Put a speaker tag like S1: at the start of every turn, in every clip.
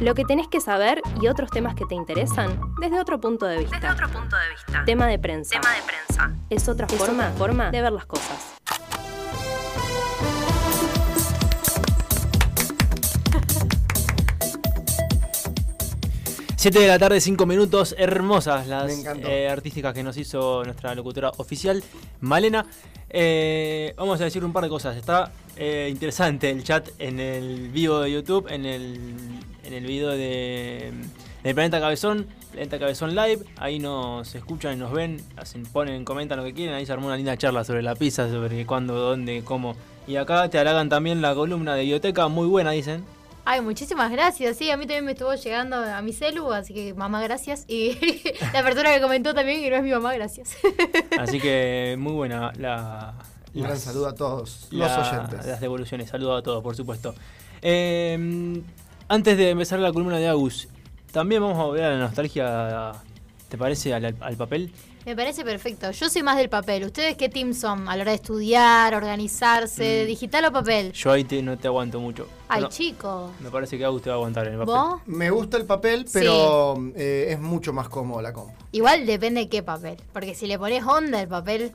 S1: lo que tenés que saber y otros temas que te interesan desde otro punto de vista.
S2: Desde otro punto de vista.
S1: Tema de prensa.
S2: Tema de prensa.
S1: Es otra
S2: Es
S1: forma,
S2: otra
S1: forma de ver las cosas.
S3: Siete de la tarde, cinco minutos, hermosas
S4: Me
S3: las
S4: encantó.
S3: eh, artísticas que nos hizo nuestra locutora oficial, Malena. Eh, vamos a decir un par de cosas. Está eh, interesante el chat en el vivo de YouTube, en el, en el video de, de Planeta Cabezón, Planeta Cabezón Live. Ahí nos escuchan y nos ven, hacen, ponen, comentan lo que quieren. Ahí se armó una linda charla sobre la pizza, sobre cuándo, dónde, cómo. Y acá te halagan también la columna de biblioteca, muy buena, dicen.
S5: Ay, muchísimas gracias. Sí, a mí también me estuvo llegando a mi celu, así que mamá, gracias. Y la persona que comentó también, que no es mi mamá, gracias.
S3: Así que muy buena la.
S4: Un gran
S3: las-
S4: saludo a todos
S3: la-
S4: los oyentes.
S3: Las devoluciones. Saludo a todos, por supuesto. Eh, antes de empezar la columna de Agus, también vamos a volver a la nostalgia. ¿Te parece al, al papel?
S5: Me parece perfecto. Yo soy más del papel. ¿Ustedes qué team son a la hora de estudiar, organizarse,
S3: Mm.
S5: digital o papel?
S3: Yo ahí te- no te aguanto mucho.
S5: Ay,
S3: No,
S5: chicos.
S3: Me parece que Agus te va a aguantar en el papel.
S5: ¿Vos?
S4: Me gusta el papel, pero eh, es mucho más cómodo la compu.
S5: Igual depende de qué papel. Porque si le pones onda al papel,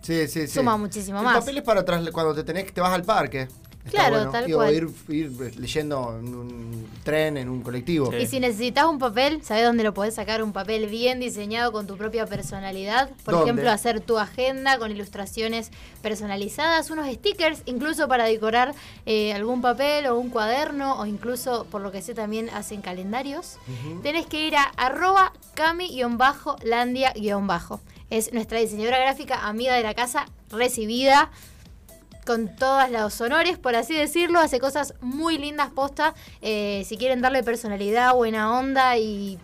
S4: Sí, sí, sí.
S5: Suma muchísimo
S4: el
S5: más.
S4: papel es para tras- cuando te tenés que te vas al parque. Está
S5: Claro,
S4: bueno.
S5: tal
S4: Y- o
S5: cual.
S4: Ir, ir leyendo en un tren, en un colectivo.
S3: Sí.
S5: y si necesitas un papel, ¿sabés dónde lo podés sacar? Un papel bien diseñado con tu propia personalidad. Por
S4: ¿Dónde?
S5: ejemplo, hacer tu agenda con ilustraciones personalizadas, unos stickers, incluso para decorar eh, algún papel o un cuaderno, o incluso, por lo que sé, también hacen calendarios. Tenés que ir a arroba cami-landia-bajo. Es nuestra diseñadora gráfica, amiga de la casa, recibida con todos los honores, por así decirlo. Hace cosas muy lindas posta. Eh, si quieren darle personalidad, buena onda y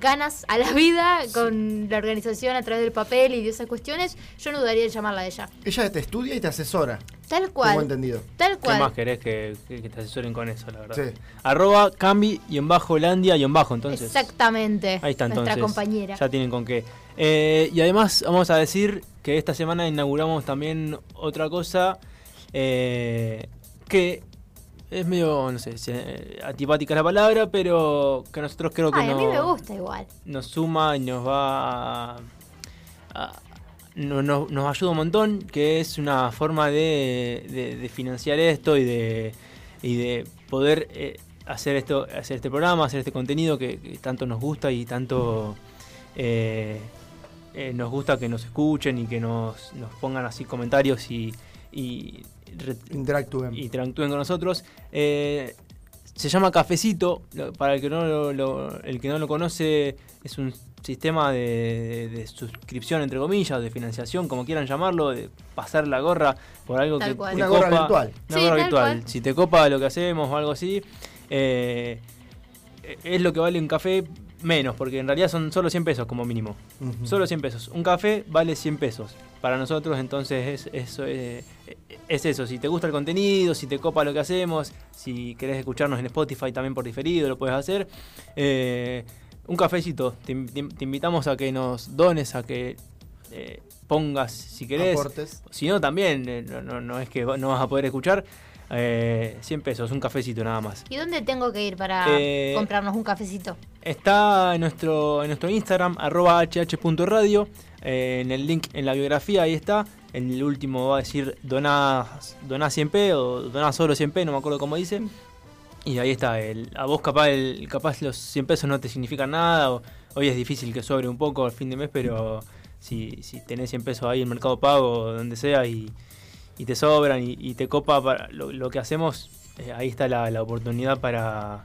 S5: ganas a la vida con la organización a través del papel y de esas cuestiones, yo no dudaría en llamarla de ella.
S4: Ella te estudia y te asesora.
S5: Tal
S4: Tengo
S5: cual.
S4: entendido.
S5: Tal
S3: ¿Qué más
S5: cual.
S3: querés que, que- que te asesoren con eso, la verdad?
S4: Sí.
S3: Arroba cambi y en bajo Landia y en bajo, entonces.
S5: Exactamente.
S3: Ahí está entonces.
S5: Nuestra compañera.
S3: Ya tienen con qué. Eh, y además vamos a decir que esta semana inauguramos también otra cosa eh, que es medio, no sé, se- eh, antipática la palabra, pero que a nosotros creo que
S5: Ay,
S3: no-
S5: a mí me gusta igual.
S3: nos suma y nos va a, a- no- no- nos ayuda un montón, que es una forma de, de- de financiar esto y de, y de poder eh, hacer esto, hacer este programa, hacer este contenido que, que tanto nos gusta y tanto eh, eh, nos gusta que nos escuchen y que nos, nos pongan así comentarios y, y re-
S4: Interactúen.
S3: y interactúen con nosotros. Eh, se llama Cafecito, lo- para el que no lo, lo- el que no lo conoce, es un sistema de, de suscripción, entre comillas, de financiación, como quieran llamarlo, de pasar la gorra por algo
S5: Tal
S3: que
S5: cual.
S3: te
S4: Una gorra
S3: copa.
S4: virtual.
S3: Una
S5: Sí,
S3: gorra
S5: tal
S3: virtual.
S5: cual.
S3: Si te copa lo que hacemos o algo así, eh, es lo que vale un café menos, porque en realidad son solo 100 pesos como mínimo.
S4: Ujú.
S3: Solo 100 pesos. Un café vale 100 pesos. Para nosotros entonces es eso, eh, es eso. Si te gusta el contenido, si te copa lo que hacemos, si querés escucharnos en Spotify también por diferido, lo puedes hacer. Eh, un cafecito. Te, in- te in- te invitamos a que nos dones, a que eh, pongas si querés.
S4: Aportes.
S3: Si no, también eh, no, no- no es que va- no vas a poder escuchar. Eh, 100 pesos, un cafecito nada más.
S5: ¿Y dónde tengo que ir para
S3: Eh,
S5: comprarnos un cafecito?
S3: Está en nuestro, en nuestro Instagram, arroba hh.radio, eh, en el link en la biografía, ahí está. En el último va a decir donás, donás 100p o donás solo 100p, no me acuerdo cómo dice. Y ahí está, el, a vos capaz, el, capaz los 100 pesos no te significan nada, o- hoy es difícil que sobre un poco al fin de mes, pero si, si tenés 100 pesos ahí en Mercado Pago, o donde sea, y, y te sobran y, y te copa para lo, lo que hacemos, eh, ahí está la, la oportunidad para...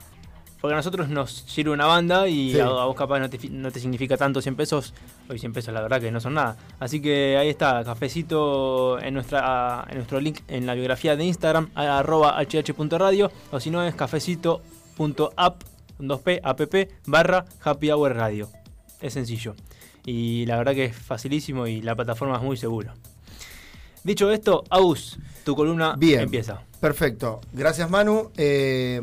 S3: Porque a nosotros nos sirve una banda y
S4: Sí.
S3: a, a vos capaz no te, fi- no te significa tanto 100 pesos, hoy 100 pesos la verdad que no son nada. Así que ahí está, cafecito en, nuestra, en nuestro link en la biografía de Instagram, a- arroba hh.radio, o si no es cafecito.app, con 2p, app, barra happy hour radio. Es sencillo. Y la verdad que es facilísimo y la plataforma es muy segura. Dicho esto, Aus, tu columna
S4: Bien.
S3: empieza.
S4: Perfecto. Gracias, Manu. Eh,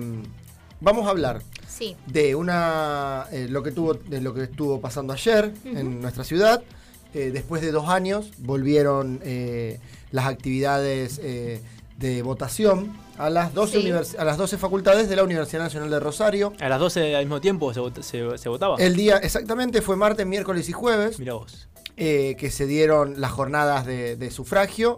S4: vamos a hablar
S5: Sí.
S4: de una eh, lo que tuvo de lo que estuvo pasando ayer en nuestra ciudad. Eh, después de dos años volvieron eh, las actividades eh, de votación a las 12,
S5: Sí.
S4: univers- a las 12 facultades de la Universidad Nacional de Rosario.
S3: A las 12 al mismo tiempo se, vot- se- se votaba.
S4: El día exactamente fue martes, miércoles y jueves
S3: Mirá vos.
S4: eh, que se dieron las jornadas de, de sufragio.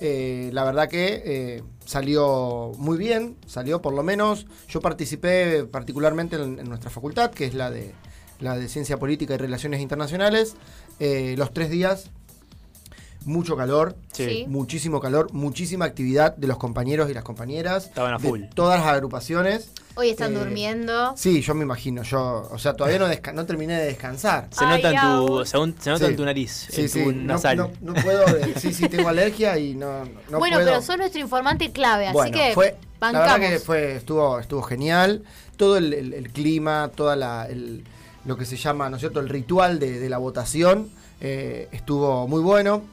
S4: Eh, la verdad que eh, salió muy bien, salió por lo menos. Yo participé particularmente en, en nuestra facultad, que es la de, la de Ciencia Política y Relaciones Internacionales, eh, los tres días. Mucho calor,
S3: Sí.
S5: Sí.
S4: muchísimo calor, muchísima actividad de los compañeros y las compañeras.
S3: Estaban a
S4: de
S3: full.
S4: todas las agrupaciones.
S5: Hoy están
S4: Eh,
S5: durmiendo.
S4: Sí, yo me imagino. Yo, o sea, todavía no, desca- no terminé de descansar.
S3: Se
S5: Ay,
S3: nota, en tu,
S5: au.
S3: según- se nota
S4: Sí.
S3: en tu nariz,
S4: Sí,
S3: en
S4: sí,
S3: tu
S4: no,
S3: nasal.
S4: no- no puedo. de- sí, sí, tengo alergia y no, no
S5: bueno,
S4: puedo.
S5: pero sos nuestro informante clave, así
S4: Bueno,
S5: que
S4: fue, la
S5: bancamos.
S4: verdad que fue, estuvo, estuvo genial. Todo el, el- el clima, toda la, el- lo que se llama, ¿no es cierto?, el ritual de, de la votación eh, estuvo muy bueno.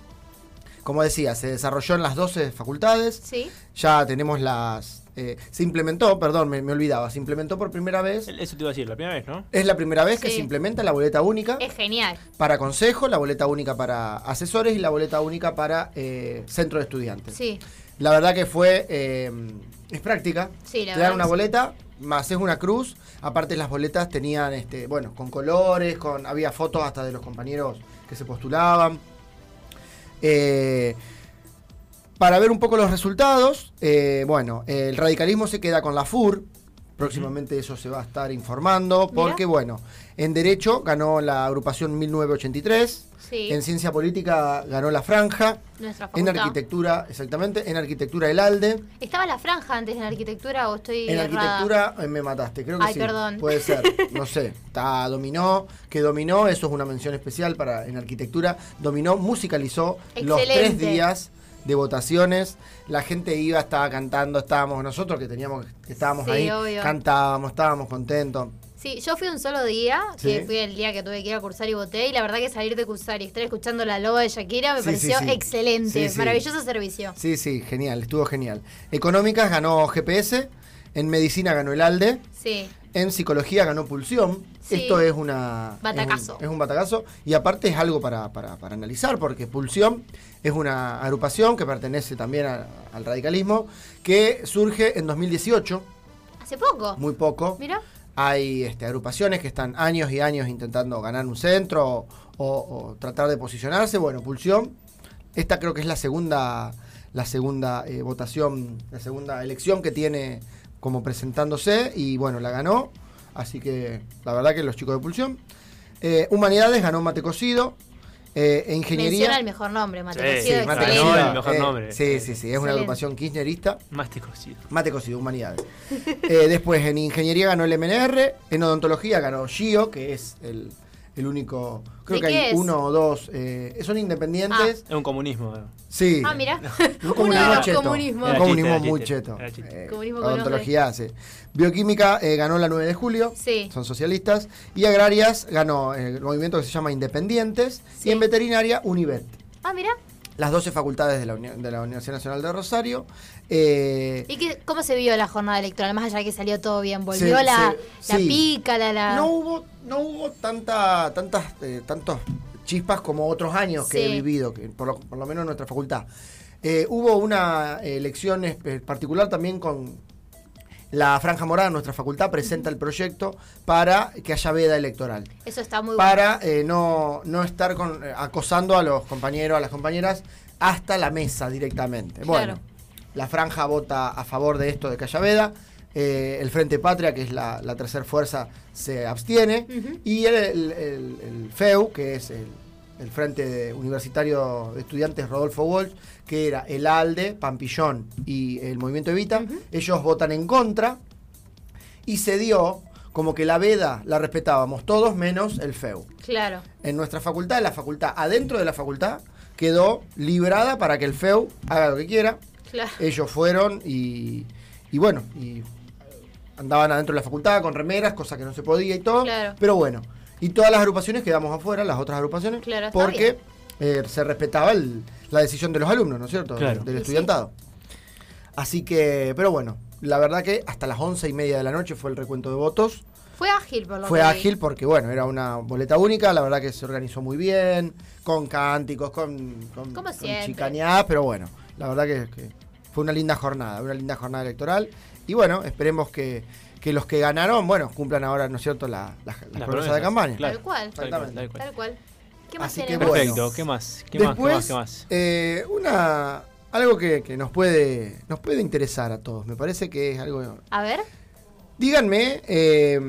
S4: Como decía, se desarrolló en las 12 facultades.
S5: Sí.
S4: Ya tenemos las... eh, se implementó, perdón, me, me olvidaba, se implementó por primera vez.
S3: Eso te iba a decir, la primera vez, ¿no?
S4: Es la primera vez que
S5: Sí.
S4: se implementa la boleta única
S5: Es genial.
S4: para consejo, la boleta única para asesores y la boleta única para eh, centro de estudiantes.
S5: Sí.
S4: La verdad que fue. eh, es práctica.
S5: Sí, la
S4: Te
S5: verdad
S4: dan una
S5: que sí.
S4: boleta, más es una cruz. Aparte, las boletas tenían, este bueno, con colores, con había fotos hasta de los compañeros que se postulaban. Eh, para ver un poco los resultados, eh, bueno, eh, el radicalismo se queda con la FUR. Próximamente eso se va a estar informando. Porque, bueno, en Derecho ganó la agrupación 1983.
S5: Sí.
S4: En Ciencia Política ganó la Franja.
S5: Nuestra
S4: En
S5: facultad.
S4: arquitectura, exactamente, en arquitectura el ALDE.
S5: ¿Estaba la franja antes en arquitectura o estoy
S4: En
S5: errada?
S4: arquitectura eh, me mataste, creo que
S5: Ay,
S4: sí.
S5: perdón.
S4: Puede ser, no sé. Está, dominó, que dominó, eso es una mención especial para en arquitectura. Dominó, musicalizó los tres
S5: Excelente.
S4: días de votaciones. La gente iba, estaba cantando, estábamos nosotros que teníamos, que estábamos
S5: Sí,
S4: ahí,
S5: obvio.
S4: cantábamos, estábamos contentos.
S5: Sí, yo fui un solo día,
S4: Sí.
S5: que fui el día que tuve que ir a cursar y voté, y la verdad que salir de cursar y estar escuchando la loba de Shakira me
S4: Sí, sí,
S5: pareció
S4: sí.
S5: excelente,
S4: Sí, sí.
S5: maravilloso servicio.
S4: Sí, sí, genial, estuvo genial. Económicas ganó GPS, en medicina ganó el ALDE.
S5: Sí,
S4: En psicología ganó Pulsión.
S5: Sí.
S4: Esto es una.
S5: Batacazo.
S4: Es un, es un batacazo. Y aparte es algo para, para- para analizar, porque Pulsión es una agrupación que pertenece también a- al radicalismo, que surge en 2018,
S5: hace poco.
S4: muy poco.
S5: Mira,
S4: Hay este, agrupaciones que están años y años intentando ganar un centro o, o- o tratar de posicionarse. Bueno, Pulsión, esta creo que es la segunda, la segunda eh, votación, la segunda elección que tiene como presentándose y bueno, la ganó. Así que la verdad que los chicos de Pulsión. Eh, Humanidades ganó Mate Cocido. Eh, e
S5: menciona
S4: Ingeniería.
S5: el mejor nombre, Mateo.
S3: Sí,
S5: Cocido,
S3: sí,
S4: Mate
S3: ganó
S5: excelente.
S3: el mejor
S4: eh,
S3: nombre.
S4: Sí, sí, sí. Es una
S5: Excelente.
S4: agrupación kirchnerista.
S3: Más te cocido.
S4: Mate cocido, humanidades. Eh, después en ingeniería ganó el MNR, en odontología ganó Gio, que es el, el único. Creo
S5: ¿De
S4: que
S5: qué
S4: hay
S5: es?
S4: uno o dos. eh, son independientes.
S3: Es un comunismo. ¿no?
S4: Sí.
S5: Ah, mira,
S4: Un
S5: uno de
S4: comunismo
S5: los
S4: cheto.
S5: comunismos.
S4: Un
S3: Era chiste,
S4: comunismo
S3: era
S4: muy
S3: chiste,
S4: cheto.
S3: era chiste.
S4: Eh,
S5: Comunismo que no
S4: odontología hace. Bioquímica eh, ganó la 9 de julio.
S5: Sí.
S4: Son socialistas. Y agrarias ganó eh, el movimiento que se llama Independientes.
S5: Sí.
S4: Y en veterinaria, Univet.
S5: Ah, mira.
S4: Las 12 facultades de la, Uni- de la Universidad Nacional de Rosario. Eh,
S5: ¿Y qué, cómo se vio la jornada electoral? Más allá de que salió todo bien, volvió
S4: Se-
S5: la,
S4: se-
S5: la
S4: sí.
S5: pícara, la...
S4: No hubo, no hubo tanta, tantas, eh, tantos chispas como otros años que he
S5: Sí.
S4: vivido, que por, lo, por lo menos en nuestra facultad. Eh, hubo una eh, elección espe- particular también con la Franja Morada, nuestra facultad presenta el proyecto para que haya veda electoral.
S5: Eso está muy bueno.
S4: Para eh, no, no estar con- eh, acosando a los compañeros, a las compañeras, hasta la mesa directamente. Eh, Bueno,
S5: Claro.
S4: la franja vota a favor de esto de Callaveda. eh, el Frente Patria, que es la, la tercera fuerza, se abstiene.
S5: Ujú.
S4: Y el, el- el- el FEU, que es el, el Frente de- Universitario de Estudiantes Rodolfo Walsh, que era el ALDE, Pampillón y el Movimiento Evita, ellos votan en contra. Y se dio como que la veda la respetábamos todos menos el FEU
S5: Claro.
S4: en nuestra facultad, en la facultad, adentro de la facultad, quedó librada para que el FEU haga lo que quiera.
S5: Claro.
S4: Ellos fueron y, y bueno, y eh, andaban adentro de la facultad con remeras, cosa que no se podía y todo.
S5: Claro.
S4: Pero bueno, y todas las agrupaciones quedamos afuera, las otras agrupaciones,
S5: Claro, está
S4: porque eh, se respetaba el- la decisión de los alumnos, ¿no es cierto?
S3: Claro.
S4: Del
S5: Y sí.
S4: estudiantado. Así que, pero bueno, la verdad que hasta las once y media de la noche fue el recuento de votos.
S5: Fue ágil, por lo
S4: Fue
S5: que vi.
S4: ágil porque, bueno, era una boleta única, la verdad que se organizó muy bien, con cánticos, con, con,
S5: Como
S4: con
S5: siempre.
S4: chicaneadas, pero bueno, la verdad que, que fue una linda jornada, una linda jornada electoral. Y bueno, esperemos que, que los que ganaron, bueno, cumplan ahora, ¿no es cierto?, la, la, las promesas de
S3: promesas,
S4: campaña.
S3: claro.
S5: Tal cual.
S4: Tal
S3: cual,
S4: Exactamente.
S5: Tal cual. ¿Qué más
S4: Así que
S5: tenemos?
S4: bueno.
S3: Perfecto, ¿qué más? ¿Qué
S4: Después,
S3: más? ¿Qué más? ¿Qué más?
S4: eh, una, algo que, que nos, puede, nos puede interesar a todos, me parece que es algo
S5: A ver.
S4: Díganme eh,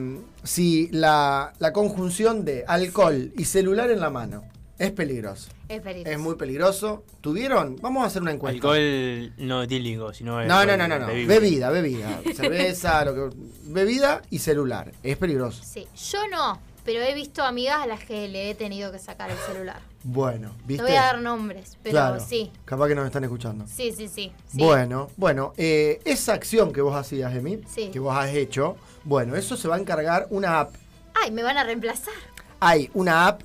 S4: si la, la conjunción de alcohol y celular en la mano es peligroso.
S5: Es perito.
S4: Es muy peligroso. ¿Tuvieron? Vamos a hacer una encuesta.
S3: Alcohol no etílico, sino
S4: no,
S3: alcohol
S4: no, no, no, no.
S3: bebible.
S4: Bebida, bebida. Cerveza, lo que. Bebida y celular. Es peligroso.
S5: Sí. Yo no, pero he visto amigas a las que le he tenido que sacar el celular.
S4: Bueno, ¿viste?
S5: No voy a dar nombres, pero
S4: Claro.
S5: sí.
S4: Capaz que nos están escuchando.
S5: Sí, sí, sí. sí.
S4: Bueno, bueno, eh, esa acción que vos hacías, Emi,
S5: Sí.
S4: que vos has hecho, bueno, eso se va a encargar una app
S5: Ay, me van a reemplazar.
S4: hay una app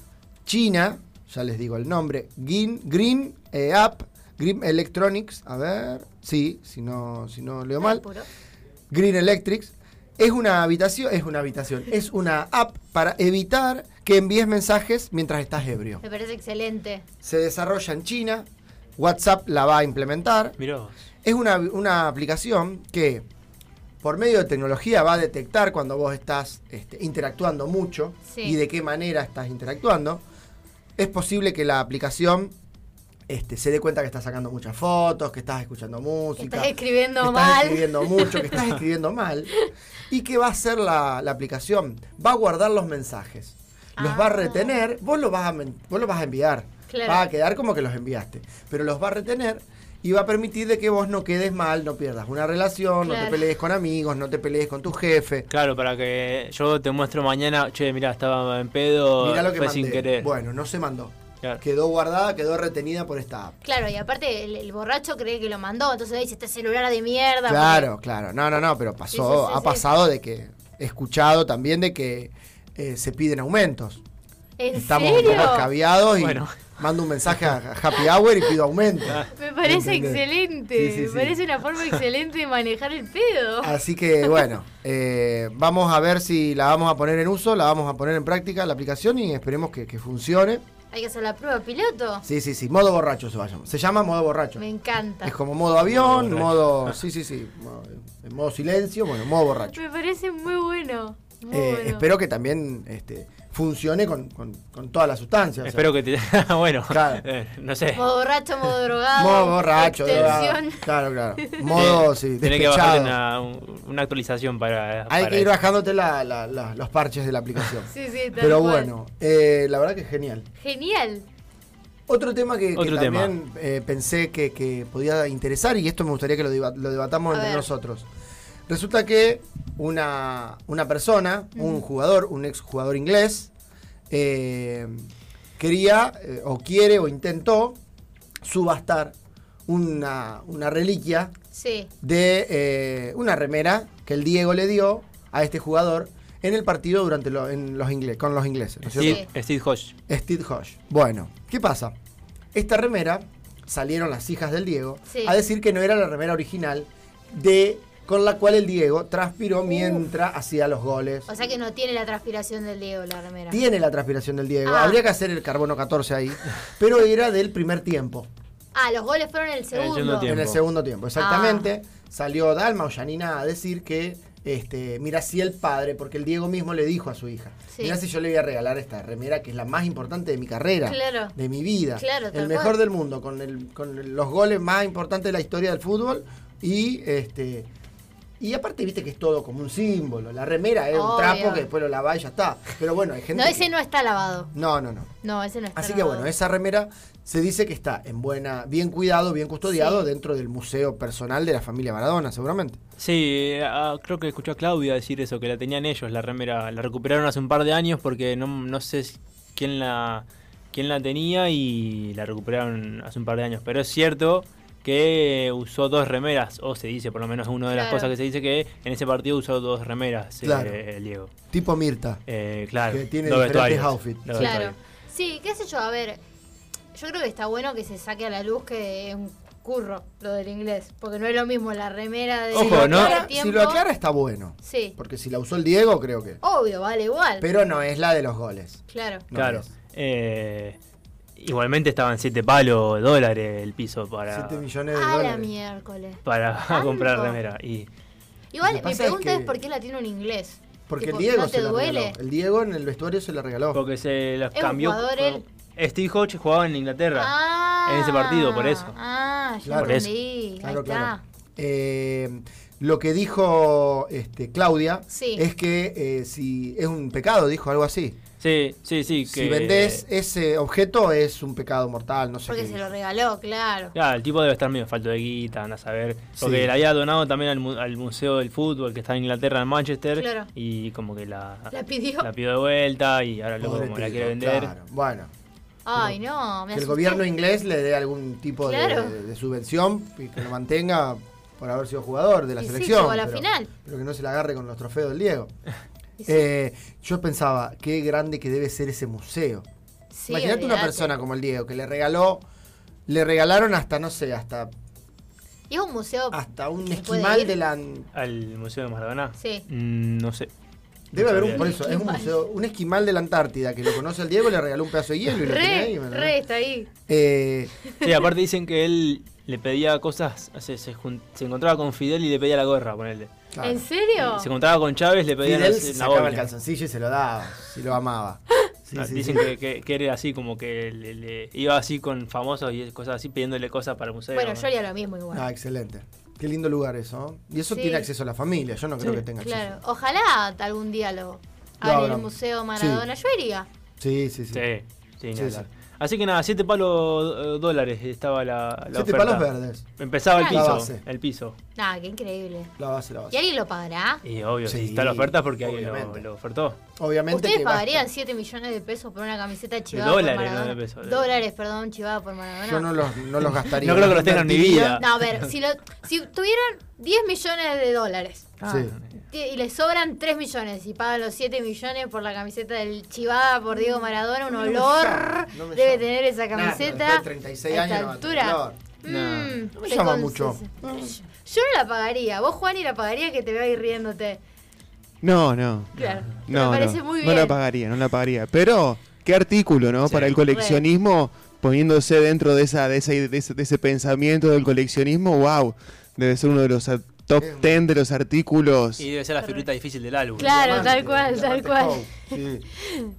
S4: china, ya les digo el nombre, Green, Green eh, App, Green Electronics, a ver, sí, si no, si no leo mal,
S5: Apuro.
S4: Green Electrics. Es una habitación, es una habitación, es una app para evitar que envíes mensajes mientras estás ebrio.
S5: Me parece excelente.
S4: Se desarrolla en China, WhatsApp la va a implementar.
S3: Mirá vos.
S4: Es una, una aplicación que por medio de tecnología va a detectar cuando vos estás este, interactuando mucho
S5: Sí.
S4: y de qué manera estás interactuando. Es posible que la aplicación este, se dé cuenta que estás sacando muchas fotos, que estás escuchando
S5: Que
S4: música.
S5: estás escribiendo
S4: que estás
S5: mal.
S4: escribiendo mucho, que estás escribiendo mal. ¿Y qué va a hacer la, la aplicación? Va a guardar los mensajes. Los va a
S5: Ah.
S4: retener, vos los vas a, men- vos los vas a enviar.
S5: Claro.
S4: Va a quedar como que los enviaste. Pero los va a retener y va a permitir de que vos no quedes mal, no pierdas una relación, no
S5: Claro.
S4: te pelees con amigos, no te pelees con tu jefe.
S3: Claro, para que yo te muestro mañana, che, mirá, estaba en pedo,
S4: Mirá lo que
S3: fue
S4: mandé.
S3: sin querer.
S4: Bueno, no se mandó.
S3: Claro.
S4: Quedó guardada, quedó retenida por esta app.
S5: Claro, y aparte el, el borracho cree que lo mandó, entonces dice, este celular de mierda.
S4: Claro, claro. No, no, no, pero pasó,
S5: Sí, sí, sí,
S4: ha
S5: sí.
S4: pasado de que he escuchado también de que eh, se piden aumentos.
S5: porque- ¿En
S4: Estamos
S5: serio?
S4: un poco escabiados y
S3: Bueno. Ah.
S4: mando un mensaje a Happy Hour y pido aumento.
S5: Me parece
S4: ¿Entendés?
S5: excelente.
S4: Sí, sí,
S5: Me
S4: sí. Ah.
S5: parece una forma excelente de manejar el pedo.
S4: Así que bueno, eh, vamos a ver si la vamos a poner en uso, la vamos a poner en práctica la aplicación y esperemos que, que funcione.
S5: Hay que hacer la prueba piloto.
S4: Sí, sí, sí, modo borracho se va a llamar. Se llama modo borracho.
S5: Me encanta.
S4: Es como modo avión,
S3: Modo
S4: modo... Sí, sí, sí. Modo, modo silencio, bueno, modo borracho.
S5: Me parece muy bueno. Muy
S4: Eh,
S5: bueno.
S4: Espero que también este, funcione con, con, con todas las sustancias. o sea,
S3: Espero que te... bueno,
S4: Claro.
S3: eh, no sé.
S5: Modo borracho, modo drogado.
S4: Modo borracho,
S5: Extensión.
S4: drogado. Claro, claro. Modo, sí,
S3: Tiene que bajar
S4: despechado.
S3: una, un- una actualización para...
S4: Hay
S3: para
S4: que ir
S3: eso.
S4: bajándote la- la- la- los parches de la aplicación.
S5: Sí, sí, tal
S4: Pero
S5: cual.
S4: bueno, eh, la verdad que es genial.
S5: Genial.
S4: Otro tema que, que
S3: Otro tema.
S4: también eh, pensé que, que podía interesar, y esto me gustaría que lo, deba- lo debatamos
S5: A
S4: entre
S5: ver.
S4: nosotros. Resulta que una, una persona, un jugador, un exjugador inglés, eh, quería, eh, o quiere, o intentó subastar una, una reliquia
S5: Sí.
S4: de eh, una remera que el Diego le dio a este jugador en el partido durante lo- en los ingle- con los ingleses. ¿no es cierto?
S3: Steve, Steve Hodge.
S4: Steve Hodge. Bueno, ¿qué pasa? Esta remera, salieron las hijas del Diego
S5: Sí.
S4: a decir que no era la remera original de con la cual el Diego transpiró mientras hacía los goles.
S5: O sea que no tiene la transpiración del Diego la remera.
S4: Tiene la transpiración del Diego,
S5: Ah.
S4: habría que hacer el carbono 14 ahí, pero era del primer tiempo,
S5: Ah, los goles fueron en el
S3: segundo
S5: segundo.
S3: tiempo.
S4: en el segundo tiempo, exactamente.
S5: Ah.
S4: Salió Dalma o Janina a decir que, este, mira si el padre, porque el Diego mismo le dijo a su hija,
S5: Sí.
S4: mira si yo le voy a regalar esta remera que es la más importante de mi carrera,
S5: Claro.
S4: de mi vida.
S5: Claro, tal
S4: el mejor
S5: cual.
S4: del mundo, con, el- con el- los goles más importantes de la historia del fútbol. Y este y aparte, viste que es todo como un símbolo. La remera es un
S5: Obvio.
S4: trapo que después lo lavás y ya está. Pero bueno, hay gente.
S5: No, ese
S4: que-
S5: no está lavado.
S4: no, no, no.
S5: No, ese no está
S4: Así que
S5: lavado.
S4: bueno, esa remera se dice que está en buena, bien cuidado, bien custodiado
S5: Sí.
S4: dentro del museo personal de la familia Maradona, seguramente.
S3: Sí, ah, creo que escuchó a Claudia decir eso, que la tenían ellos, la remera. La recuperaron hace un par de años porque no, no sé si- quién la, quién la tenía y la recuperaron hace un par de años. Pero es cierto que usó dos remeras, o se dice, por lo menos una de las
S5: Claro.
S3: cosas que se dice que en ese partido usó dos remeras, eh,
S4: Claro.
S3: el Diego.
S4: Tipo Mirta.
S3: Eh, claro.
S4: Que tiene
S3: dos
S4: diferentes
S3: vestuarios,
S4: outfits.
S3: dos
S5: Claro.
S3: vestuarios.
S5: Sí, qué sé yo, a ver. Yo creo que está bueno que se saque a la luz que es un curro lo del inglés. Porque no es lo mismo la remera de.
S3: Ojo,
S5: de
S3: ¿no?
S5: todo el
S4: Ahora, si
S5: tiempo.
S4: lo aclara está bueno.
S5: Sí.
S4: Porque si la usó el Diego, creo que.
S5: Obvio, vale igual.
S4: Pero no es la de los goles.
S5: Claro.
S4: No
S3: Claro.
S4: es.
S3: Eh, Igualmente estaban 7 palos dólares el piso para,
S4: 7 millones de
S5: A Ah, la
S4: dólares.
S5: miércoles.
S3: para
S5: ¿Tanto?
S3: comprar remera. Y
S5: Igual,
S4: Lo que
S5: mi
S4: pasa es
S5: pregunta
S4: que-
S5: es, por qué la tiene un inglés.
S4: Porque
S5: Tipo,
S4: el Diego
S5: ¿no te
S4: se la
S5: duele?
S4: regaló. El Diego en el vestuario se la regaló.
S3: porque se las
S5: Es un
S3: cambió.
S5: jugador,
S3: por- Steve Hodge jugaba en Inglaterra.
S5: Ah,
S3: En ese partido, por eso.
S5: Ah, ya
S4: Claro. Por
S3: eso.
S5: entendí.
S4: Claro,
S5: Ahí
S4: claro.
S5: está.
S4: Eh, lo que dijo este, Claudia
S5: Sí.
S4: es que eh, si es un pecado, dijo algo así.
S3: Sí, sí, sí. Que,
S4: Si vendés eh. ese objeto es un pecado mortal, no sé.
S5: Porque
S4: qué
S5: se
S4: dice.
S5: lo regaló, claro.
S3: Claro, el tipo debe estar medio falto de guita, anda a saber. Porque
S4: Sí.
S3: la había donado también al, mu- al Museo del Fútbol que está en Inglaterra, en Manchester.
S5: Claro.
S3: Y como que la,
S5: La pidió.
S3: la pidió de vuelta y ahora luego
S4: Pobre
S3: como la
S4: tipo,
S3: quiere vender.
S4: claro. Bueno,
S5: Ay, no, me
S4: que el
S5: asusté.
S4: gobierno inglés le dé algún tipo de-
S5: Claro.
S4: de, de subvención y que lo mantenga por haber sido jugador de la
S5: Y sí,
S4: selección.
S5: llegó a la
S4: pero,
S5: final.
S4: pero que no se la agarre con los trofeos del Diego.
S5: Y sí.
S4: Eh, yo pensaba, qué grande que debe ser ese museo.
S5: Sí,
S4: Imagínate una
S5: olvidate.
S4: persona como el Diego que le regaló, le regalaron hasta, no sé, hasta,
S5: Y es un museo.
S4: hasta un
S5: ¿Se puede
S4: esquimal
S5: ir?
S4: de la.
S3: Al Museo de Maradona.
S5: Sí.
S3: Mm, no sé.
S4: Debe
S3: No
S4: haber
S3: sabría
S4: un, por
S3: decir.
S4: eso, es un museo, un esquimal de la Antártida que lo conoce el Diego, le regaló un pedazo de hielo y lo tiene ahí.
S5: Re,
S4: ¿verdad?
S5: re, está ahí.
S4: Eh,
S3: Sí, aparte dicen que él le pedía cosas, se, se jun- se encontraba con Fidel y le pedía la gorra, ponele.
S4: claro.
S5: ¿En serio?
S3: Se encontraba con Chávez, le pedía
S4: Fidel
S3: la,
S4: se
S3: la
S4: sacaba el
S3: boina.
S4: calzoncillo y se lo daba, si lo amaba. Sí,
S3: Ah,
S4: sí,
S3: dicen
S4: sí.
S3: Que, que- que era así, como que le, le- iba así con famosos y cosas así, pidiéndole cosas para el museo.
S5: Bueno,
S3: ¿no?
S5: yo haría lo mismo igual.
S4: Ah, excelente. Qué lindo lugar eso. ¿no? Y eso
S5: Sí.
S4: tiene acceso a la familia, yo no creo
S3: Sí.
S4: que tenga acceso.
S5: claro. Ojalá algún día lo abran el
S4: abran.
S5: Museo Maradona. Yo iría.
S4: Sí, sí, sí.
S3: Sí, sí, ni
S4: Sí,
S3: hablar.
S4: sí.
S3: Así que nada, 7 palos eh, dólares estaba la, la
S4: Siete
S3: oferta.
S4: palos verdes.
S3: Empezaba el
S5: Claro.
S4: La
S3: piso,
S4: base.
S3: el piso.
S5: Nah, qué increíble.
S4: La base, la
S5: ¿Y
S4: base.
S5: alguien lo pagará?
S3: Y obvio,
S4: Sí,
S3: si está la oferta es porque alguien
S4: obviamente.
S3: lo- lo, ofertó.
S4: Obviamente
S5: ¿Ustedes
S4: que basta.
S5: pagarían 7 millones de pesos por una camiseta chivada
S3: dólares,
S5: por
S3: no de
S5: Maradona?
S3: pesos.
S5: Dólares, perdón, chivada por Maradona.
S4: Yo no los, no los gastaría.
S3: No creo que los tengan en mi
S4: Invertiría-
S3: vida.
S5: No, a ver, si, lo, si tuvieran 10 millones de dólares
S3: Ah,
S4: Sí.
S5: ti- y les sobran 3 millones y pagan los 7 millones por la camiseta del chivada por Diego Maradona, un
S4: Mm. No me llama,
S5: olor
S4: no me
S5: debe
S4: llama.
S5: tener esa
S4: Nah, pero
S5: camiseta
S4: después de
S5: a
S4: 36
S5: esta
S4: años no va a tener
S5: altura.
S4: olor.
S3: No.
S5: Mm,
S4: No me
S5: te
S4: llama
S5: con-
S4: mucho.
S5: Yo no la pagaría. Vos, Juan, y la pagaría que te veo ahí riéndote.
S2: No, no.
S5: Claro.
S2: No,
S5: me
S2: no,
S5: parece muy
S2: no
S5: bien.
S2: la pagaría, no la pagaría. Pero, qué artículo, ¿no?
S3: Sí.
S2: Para el coleccionismo, poniéndose dentro de, esa, de, esa- de ese, de ese pensamiento del coleccionismo, wow, debe ser uno de los ah, top
S4: Es-
S2: 10 de los artículos.
S3: Y debe ser la figurita difícil del álbum.
S5: Claro,
S4: Diamante,
S5: tal cual, tal
S4: diamante
S5: cual.
S4: Coke, oh, sí.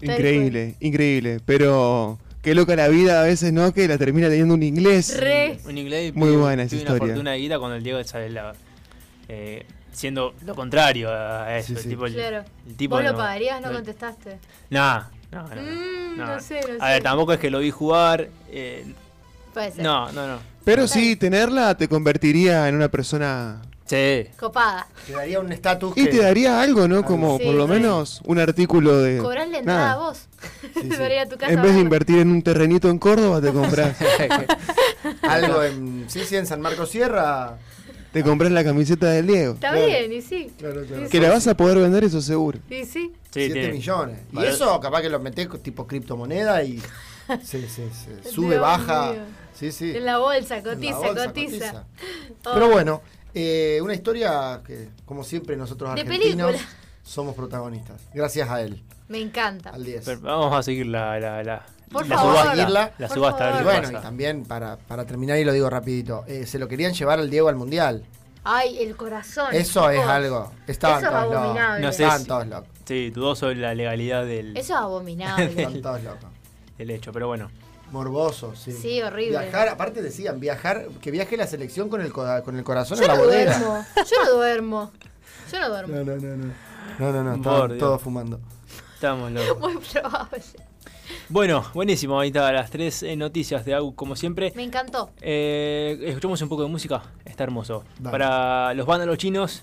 S5: cual.
S2: Increíble, increíble. Pero, qué loca la vida a veces, ¿no? Que la termina teniendo un inglés.
S5: Re.
S3: Un inglés
S2: Muy
S3: pide-
S2: buena esa
S3: pide una
S2: historia.
S3: fortuna de guita cuando el Diego sale la, eh, siendo lo contrario a eso.
S4: Sí,
S3: el
S4: sí.
S3: tipo- el-
S5: Claro.
S3: el tipo
S5: Vos
S3: no-
S5: lo pagarías, no
S3: no-
S5: contestaste.
S3: Nah, no, no, no,
S5: Mm, no sé, no
S3: A ver,
S5: sé.
S3: tampoco es que lo vi jugar. eh,
S5: Puede ser.
S3: no, no, no.
S2: Pero sí, tenerla te convertiría en una persona...
S3: Sí.
S5: Copada.
S4: Te daría un estatus
S2: Y
S4: que-
S2: te daría algo, ¿no? Como
S5: Sí,
S2: por lo
S5: sí.
S2: menos un artículo de...
S5: Cobrás la entrada
S2: nada.
S5: a vos.
S4: sí.
S5: Para ir a tu casa.
S2: En vez de
S5: a verlo.
S2: invertir en un terrenito en Córdoba, te compras,
S4: algo en sí, sí, en San Marcos Sierra.
S2: te compras la camiseta del Diego.
S5: Está
S4: Claro.
S5: bien, y sí.
S4: Claro, claro.
S5: Y
S2: Que
S5: sí.
S2: la vas a poder vender, eso seguro.
S5: Y sí.
S3: Sí,
S4: 7
S3: tiene-
S4: millones. Y
S3: Vale.
S4: eso capaz que lo metés co- tipo criptomoneda y se, se- se sube,
S5: Dios
S4: baja.
S5: mío.
S4: Sí, sí.
S5: En la bolsa,
S4: En la
S5: cotiza,
S4: bolsa,
S5: cotiza. Oh.
S4: Pero bueno, eh, una historia que, como siempre, nosotros
S5: De
S4: argentinos
S5: película.
S4: somos protagonistas. Gracias a él,
S5: Me encanta.
S4: al 10.
S3: Pero vamos a seguir la, la, la,
S5: Por
S3: la
S5: favor.
S3: subasta. La
S5: Por
S3: subasta, a ver
S4: Y
S5: favor.
S3: qué
S4: bueno, y
S3: pasa.
S4: también para, para terminar, y lo digo rapidito, eh, se lo querían llevar al Diego al Mundial.
S5: Ay, el corazón.
S4: Eso es
S5: chicos.
S4: algo. Estaban
S5: Eso es
S4: todos locos.
S5: abominable.
S3: No sé
S4: Estaban
S3: si-
S4: todos locos.
S3: Sí, dudoso de la legalidad del,
S5: Eso es abominable.
S4: Estaban todos locos.
S3: del hecho, pero bueno.
S4: Morboso, sí.
S5: Sí, horrible.
S4: Viajar, aparte decían, viajar, que viaje la selección con el, co- con el corazón
S5: Yo
S4: en la
S5: no
S4: bodega.
S5: duermo. Yo no duermo. Yo no duermo.
S4: No, no, no, no. No, no, no,
S3: Por
S4: estaban
S3: Dios.
S4: todos fumando.
S3: Estamos locos.
S5: Muy probable.
S3: Bueno, buenísimo. Ahí está las tres eh, noticias de AU, como siempre.
S5: Me encantó.
S3: Eh, escuchamos un poco de música. Está hermoso.
S4: Dale.
S3: Para los vándalos chinos,